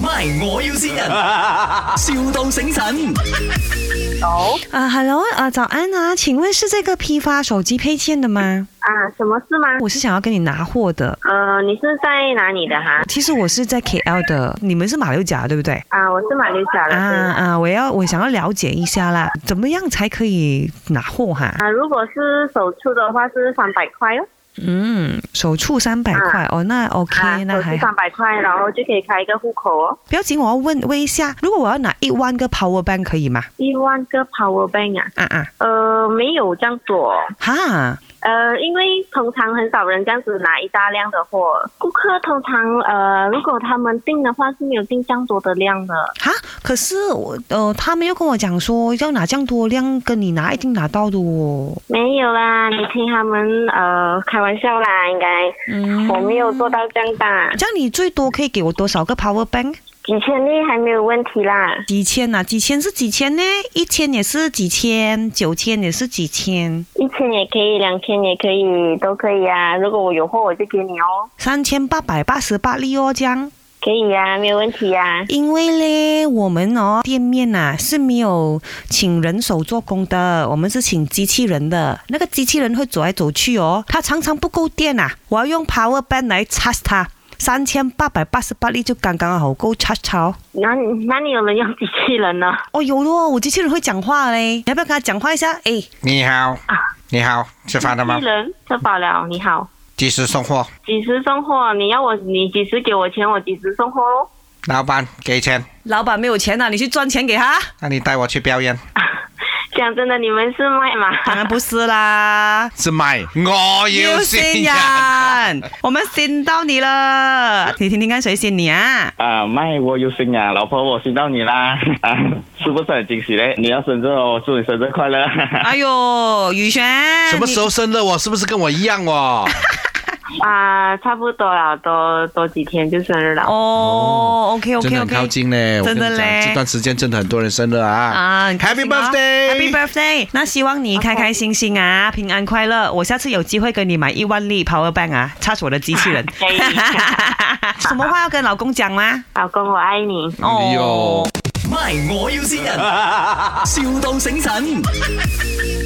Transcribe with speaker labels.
Speaker 1: My，我要先人，, 笑到醒神。
Speaker 2: 走
Speaker 3: 啊，Hello 啊，早安啊，请问是这个批发手机配件的吗？
Speaker 2: 啊，什么事吗？
Speaker 3: 我是想要跟你拿货的，
Speaker 2: 呃，你是在哪里的哈？
Speaker 3: 其实我是在 KL 的，你们是马六甲对不对？
Speaker 2: 啊，我是马六甲的。
Speaker 3: 啊
Speaker 2: 对
Speaker 3: 啊，我要我想要了解一下啦，怎么样才可以拿货哈、
Speaker 2: 啊，如果是手术的话是三百块哦，
Speaker 3: 嗯，手触三百块、哦，那 OK，、
Speaker 2: 啊，
Speaker 3: 那
Speaker 2: 手术
Speaker 3: 还好
Speaker 2: 三。百块，然后就可以开一个户口哦。
Speaker 3: 不要紧，我要问问一下，如果我要拿一万个 Power Bank 可以吗？
Speaker 2: 一万个 power bank 啊，
Speaker 3: 啊啊，
Speaker 2: 呃，没有这样多哦，
Speaker 3: 哈，
Speaker 2: 呃，因为通常很少人这样子拿一大量的货，顾客通常呃，如果他们订的话是没有订这样多的量的。
Speaker 3: 哈，可是我呃，他们又跟我讲说要拿这样多量，跟你拿一定拿到的哦。
Speaker 2: 没有啦，你听他们呃开玩笑啦，应该
Speaker 3: 嗯，
Speaker 2: 我没有做到这样大，
Speaker 3: 这样你最多可以给我多少个 Power Bank？
Speaker 2: 几千粒还没有问题啦。
Speaker 3: 几千呐、啊？几千是几千呢？一千也是几千，九千也是几千，
Speaker 2: 一千也可以，两千也可以，都可以啊。如果我有货，我就给你哦，
Speaker 3: 三千八百八十八粒哦，这样。
Speaker 2: 可以啊，没有问题啊。
Speaker 3: 因为嘞，我们哦店面呐、是没有请人手做工的，我们是请机器人的。那个机器人会走来走去哦，它常常不够电啊，我要用 power bank 来 charge 它，三千八百八十八粒就刚刚好够 charge 它哦。
Speaker 2: 哪里哪里有人用机器人呢？
Speaker 3: 哦，有咯，我机器人会讲话嘞，你要不要跟它讲话一下？哎，
Speaker 4: 你好，你好，吃饭了
Speaker 2: 机
Speaker 4: 吗
Speaker 2: 器？人，吃饱了，你好。
Speaker 4: 及时送货，
Speaker 2: 几时送货？你要我你几时给我钱？我几时送货哦？
Speaker 4: 老板给钱，
Speaker 3: 老板没有钱啊呐、你去赚钱给他。
Speaker 4: 那你带我去表演，
Speaker 2: 讲真的，你们是卖吗？
Speaker 3: 当然不是啦，
Speaker 4: 是卖我要先人。
Speaker 3: 人，我们信到你了，你听听看谁信你 啊？
Speaker 5: 啊，卖我有心啊，老婆，我心到你啦， 啊，是不是很惊喜嘞？你要生日哦，我祝你生日快乐。
Speaker 3: 哎呦，宇璇，
Speaker 4: 什么时候生日哦？是不是跟我一 样哦？
Speaker 2: 啊，差不多了，多多几天就生日了。
Speaker 3: 你？哦，OK
Speaker 4: 真
Speaker 3: OK
Speaker 4: 的很靠
Speaker 3: OK。
Speaker 4: 近嘞，我跟
Speaker 3: 真的
Speaker 4: 你讲，
Speaker 3: 嘞
Speaker 4: 这段时间真的很多人生日啊
Speaker 3: 啊很开
Speaker 4: ！Happy
Speaker 3: 心哦 Happy
Speaker 4: birthday！哦
Speaker 3: birthday！那希望你开开心心啊平安快乐。我下次有机会跟你买一万粒 Power Bank 啊，插死我的机器 人。
Speaker 2: 可以
Speaker 3: 什么话要跟老公讲吗？哦
Speaker 2: 老公，我爱你。
Speaker 4: 哎呦。
Speaker 1: My，我要先人，,笑到醒神。